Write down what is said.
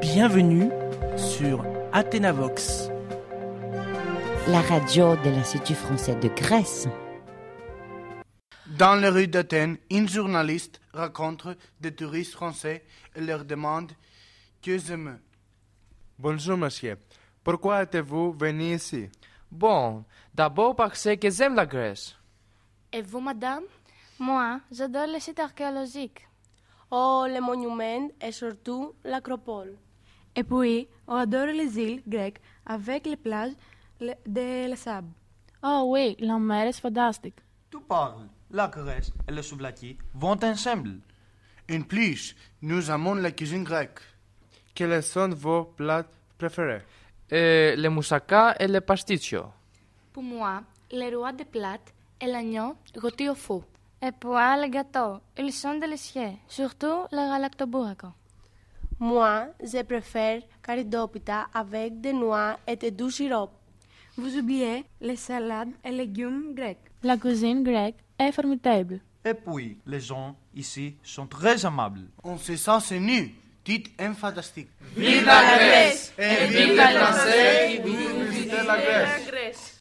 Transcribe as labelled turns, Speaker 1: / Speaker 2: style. Speaker 1: Bienvenue sur Athénavox.
Speaker 2: la radio de l'Institut français de Grèce.
Speaker 3: Dans les rues d'Athènes, une journaliste rencontre des touristes français et leur demande que j'aime.
Speaker 4: Bonjour monsieur, pourquoi êtes-vous venu ici
Speaker 5: Bon, d'abord parce que j'aime la Grèce.
Speaker 6: Et vous, madame
Speaker 7: Moi, j'adore les sites archéologiques.
Speaker 6: Oh, les monuments et surtout l'acropole.
Speaker 8: Et puis, on adore les îles grecques avec les plages le- de la sable.
Speaker 7: Oh oui, la mer est fantastique.
Speaker 9: Tout parle. La Grèce et le souvlaki vont ensemble.
Speaker 3: Une plus, nous amons la cuisine grecque.
Speaker 4: Quels sont vos plats préférés
Speaker 5: Euh, le moussaka et le pasticcio.
Speaker 10: Pour moi, le roi des plates est l'agneau rôti au faux.
Speaker 7: Et puis, les gâteaux, ils sont délicieux, surtout le galactobouraco.
Speaker 6: Moi, je préfère caridopita avec des noix et des doux sirop.
Speaker 8: Vous oubliez les salades et légumes grecs.
Speaker 10: La cuisine grecque est formidable.
Speaker 9: Et puis, les gens ici sont très aimables.
Speaker 3: On se sent chez nous. Dites un fantastique.
Speaker 6: Vive la Grèce
Speaker 3: Et
Speaker 4: vive les Français qui vous visitez la Grèce